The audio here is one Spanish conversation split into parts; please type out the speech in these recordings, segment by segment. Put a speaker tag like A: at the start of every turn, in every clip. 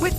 A: With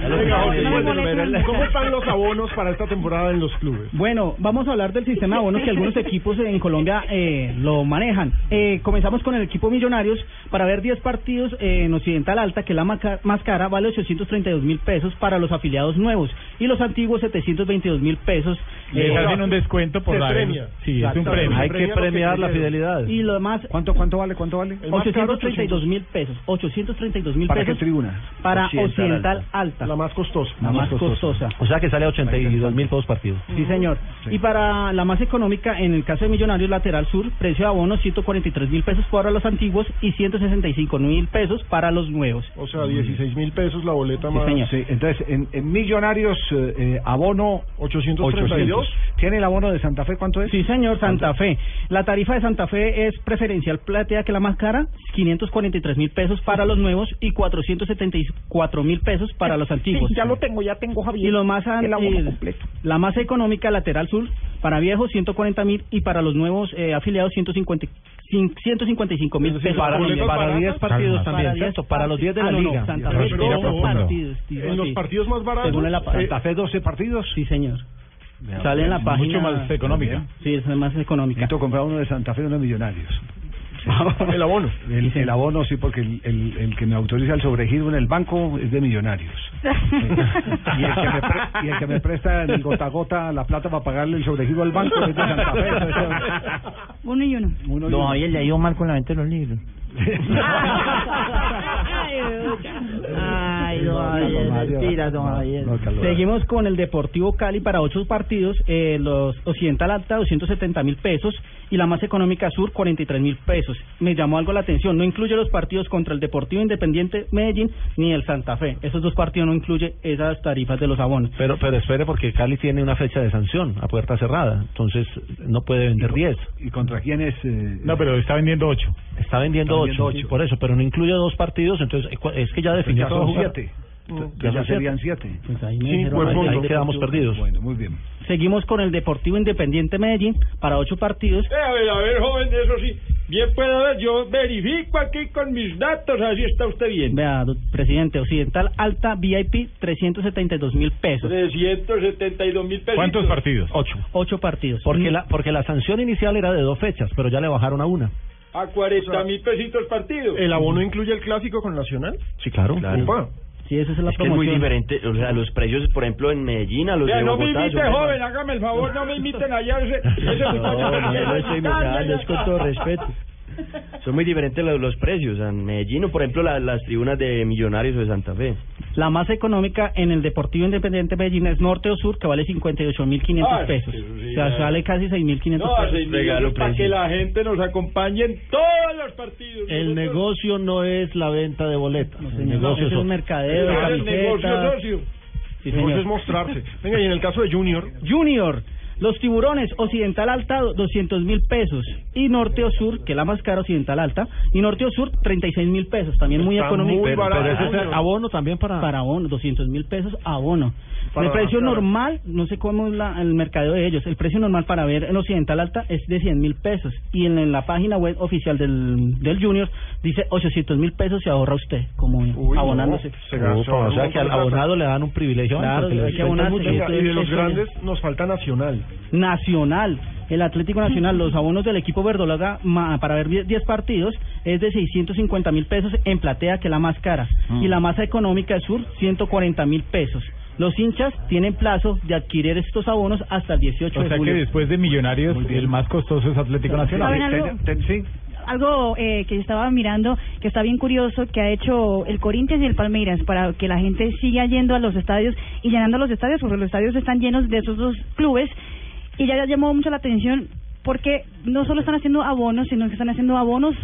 B: Venga, Jorge, cuéntenos, ¿Cómo están los abonos para esta temporada en los clubes?
C: Bueno, vamos a hablar del sistema de abonos que algunos equipos en Colombia eh, lo manejan. Eh, comenzamos con el equipo Millonarios. Para ver 10 partidos eh, en Occidental Alta, que es la maca- más cara, vale 832 mil pesos para los afiliados nuevos y los antiguos 722 mil pesos.
D: Les
C: eh,
D: hacen un descuento por
B: Se
D: la
B: premia.
D: Sí, es un
B: Exacto.
D: premio.
B: Hay que premiar la
D: fidelidad.
C: y lo demás,
E: ¿Cuánto, cuánto vale? ¿Cuánto vale?
B: El más caro,
C: 832 mil pesos. 832 mil pesos.
E: ¿Para qué tribuna?
C: Para
E: Occidental
C: Occidental, Alta.
B: La más costosa.
C: La más costosa.
D: O sea que sale a 82 mil todos partidos.
C: Sí, señor. Y para la más económica, en el caso de Millonarios Lateral Sur, precio de abono 143 mil pesos para los antiguos y 165 mil pesos para los nuevos.
B: O sea, 16 mil pesos la boleta
C: Sí,
B: más.
C: señor.
E: Sí, entonces, en, en Millonarios, eh, eh, abono
B: 832.
E: 800. ¿Tiene el abono de Santa Fe? ¿Cuánto es?
C: Sí, señor, Santa Fe. La tarifa de Santa Fe es preferencial platea que la más cara, 543 mil pesos para los nuevos y 474 mil pesos para los antiguos.
F: Sí, ya lo tengo, ya tengo, Javier.
C: Y lo más an-
F: El abono
C: eh,
F: completo.
C: la más económica lateral sur para viejos 140 mil y para los nuevos eh, afiliados 150 cin- 155 mil
B: Es decir,
C: pesos
B: para-
C: colombianos.
B: para
C: Para
B: 10
D: partidos
E: también,
C: diez
E: ¿cierto? Para los 10 de
C: ah,
E: la
C: no, no,
E: liga.
C: Santa
D: Pero
C: Fe
D: respira
C: todos
D: profundo.
C: partidos, digo
B: En los
C: así.
B: partidos más baratos.
C: Según la-
B: eh,
E: Santa Fe 12 partidos.
C: sí señor sale en la
D: Mucho
C: página
D: más económica.
C: sí es más económica
E: Necesito comprar uno de Santa Fe y uno de Millonarios.
B: el abono.
E: El, el abono, sí, porque el, el, el que me autoriza el sobregiro en el banco es de Millonarios. Y el que me, pre- y el que me presta el gota a gota la plata para pagarle el sobregiro al banco es de Santa Fe.
F: Uno y uno.
E: Uno y uno.
D: Javier le ha ido mal con la venta de los libros.
F: Ay, don
E: Carlos Mario.
F: Javier, mentira, don
E: No,
F: Javier.
E: no, Carlos Mario.
C: Seguimos con el Deportivo Cali para ocho partidos, eh, los Occidental Alta 270 mil pesos y la más económica Sur 43 mil pesos. Me llamó algo la atención, no incluye los partidos contra el Deportivo Independiente Medellín ni el Santa Fe. Esos dos partidos no incluye esas tarifas de los abonos.
D: Pero, pero espere, porque Cali tiene una fecha de sanción a puerta cerrada. Entonces no puede vender 10.
E: ¿Y contra quién es? eh,
D: No, pero está vendiendo 8. Está vendiendo 8.
E: Está vendiendo ocho.
D: Por eso, pero no incluye dos partidos. Entonces eh, cu- es que ya definió
E: ya
D: todo.
E: son
D: jugar.
E: siete.
D: Ya
E: Ya,
D: son
E: serían siete.
C: Pues ahí
B: Sí,
C: me dijeron,
B: pues,
C: ahí-
B: punto.
C: ahí
D: Ahí
C: de-
D: quedamos perdidos.
E: Bueno, muy bien.
C: Seguimos con el Deportivo Independiente Medellín para ocho partidos.
G: Eh, a ver, a ver, joven, eso sí. Bien puede ver, yo verifico aquí con mis datos, así está usted bien.
C: Vea, do- presidente, Occidental Alta VIP 372 mil pesos.
G: 372 mil pesos.
D: ¿Cuántos partidos? 8.
C: Ocho partidos.
D: Porque la, porque la sanción inicial era de dos fechas, pero ya le bajaron a una.
G: A 40 mil pesitos partido.
B: ¿El abono incluye el clásico con Nacional?
D: Sí, claro.
B: Upa.
C: Sí, esa es la
H: Es que es
C: promoción.
H: muy diferente, o sea, los precios, por ejemplo, en Medellín, a los
G: Vea,
H: de
G: no me
H: Bogotá...
G: imite,
H: son-
G: joven, hágame el favor, no me imiten allá ese, ese muchacho.
H: No, no lo estoy imitando, es con todo respeto. Son muy diferentes los, los precios. En Medellín, o por ejemplo, la- las tribunas de Millonarios o de Santa Fe.
C: La más económica en el Deportivo Independiente Medellín es Norte o Sur, que vale 58.500
G: Ah,
C: pesos.
G: sí, sí,
C: o sea,
G: ya.
C: sale casi 6.500
G: No,
C: pesos.
G: seis
H: Regalo
G: millones para
H: precio.
G: que la gente nos acompañe en todos los partidos.
D: El
G: Nosotros-
D: negocio no es la venta de boletas. el negocio
C: es
D: es
C: el
D: otro.
C: mercadeo,
G: Ah, El negocio
C: camisetas.
G: socio.
C: Sí,
B: Entonces es
C: señor.
B: mostrarse. Venga, y en el caso de Junior,
C: Junior, los tiburones, Occidental Alta, 200 mil pesos. Y Norte o Sur, que es la más cara, Occidental Alta. Y Norte o Sur, 36 mil pesos. También muy
B: Está
C: económico.
B: muy
D: Pero,
B: barato.
D: pero ese es abono también para...
C: para abono, 200 mil pesos abono.
B: Para
C: el precio
B: la-
C: normal, no sé cómo es la- el mercado de ellos, el precio normal para ver en Occidental Alta es de 100 mil pesos y en, en la página web oficial del, del Junior dice 800 mil pesos se ahorra usted como
B: Uy, no.
C: abonándose.
B: Se gastó
D: Upa, o sea
B: un
D: que
B: montón de
D: al
B: plata.
D: abonado le dan un privilegio.
C: Claro,
D: porque le
C: hay que
D: descuentan
C: abonar
D: mucho.
C: mucho.
B: Venga, y de los
C: Eso-
B: grandes nos falta Nacional.
C: Nacional, el Atlético Nacional, los abonos del equipo verdolaga ma- para ver 10 partidos es de 650 mil pesos en platea, que es la más cara, y la masa económica del sur, 140 mil pesos. Los hinchas tienen plazo de adquirir estos abonos hasta el 18 de julio.
D: después de Millonarios, el más costoso es Atlético
F: ¿Saben algo?
E: Ten- ten- sí.
F: Algo eh, que estaba mirando que está bien curioso que ha hecho el Corinthians y el Palmeiras para que la gente siga yendo a los estadios y llenando los estadios porque los estadios están llenos de esos dos clubes y ya llamó mucho la atención porque no solo están haciendo abonos sino que están haciendo abonos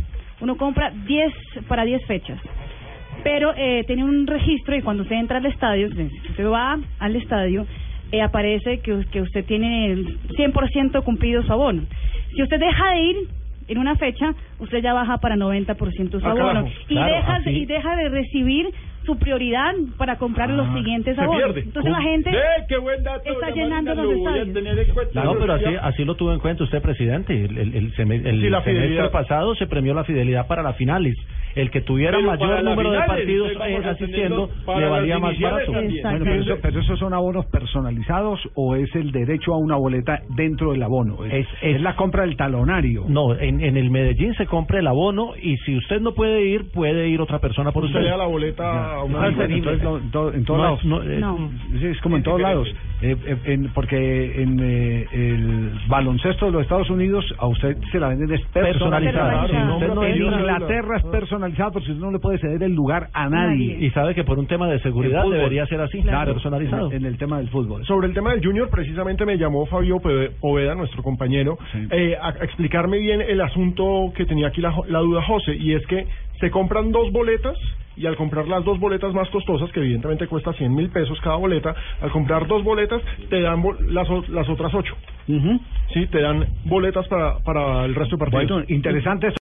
F: uno compra 10 para 10 fechas
C: pero eh, tiene un registro y cuando usted entra al estadio, si usted va al estadio, eh, aparece que, que usted tiene el 100% cumplido su abono. Si usted deja de ir en una fecha, usted ya baja para 90% su
I: Ah,
C: abono
I: carajo.
C: y,
I: Claro,
C: deja,
I: así.
C: y deja de recibir su prioridad para comprar los siguientes
I: Ah, Se
C: abonos.
I: pierde.
C: Entonces la gente
I: ¡Eh, qué buen dato!
C: está
I: doña
C: llenando
I: Marina,
C: los
I: lo voy a
C: estadios.
I: tener en cuenta.
J: No, pero así, así lo tuvo en cuenta usted, presidente. El, el, el seme- el
I: Sí,
J: semestre
I: la fidelidad.
J: pasado se premió la fidelidad para las finales. El que tuviera
I: Pero para
J: mayor
I: las
J: número de
I: finales,
J: partidos
I: entonces
J: eh,
I: vamos a
J: asistiendo
I: tenerlo para
J: le
I: las
J: valía más
I: iniciales
J: barato.
I: también.
J: Bueno,
E: Bueno, pero, eso- pero esos son abonos personalizados o es el derecho a una boleta dentro del abono. Es, es la compra del talonario.
J: No, en, en el Medellín se compra el abono y si usted no puede ir, puede ir otra persona por usted.
G: Usted le da la boleta a una
J: Ah,
G: amiga.
J: sí,
G: Entonces,
E: Entonces,
G: no-
E: no, to- en todos
J: No,
E: lados.
J: no, eh,
C: No.
E: Sí, Es como en todos lados. Eh, eh, en- porque en eh, el baloncesto de los Estados Unidos a usted se la venden es
J: Personalizada.
E: personalizada. Si usted no-
J: Personalizada.
E: en Inglaterra es personalizada porque usted no le puede ceder el lugar a nadie.
J: Ah. Y sabe que por un tema de seguridad
E: En fútbol.
J: debería ser así,
E: Claro,
J: personalizado.
E: En, en el tema del fútbol.
G: Sobre el tema del Junior, precisamente me llamó Fabio Pove- Poveda, nuestro compañero, eh, a, a explicarme bien el asunto que tenía aquí la, jo- la duda José, y es que se compran dos boletas y al comprar las dos boletas más costosas, que evidentemente cuesta 100 mil pesos cada boleta, al comprar dos boletas te dan bol- las, o- las otras ocho,
E: Ujú.
G: ¿sí? Te dan boletas para, para el resto de partidos.
E: Bueno, interesante.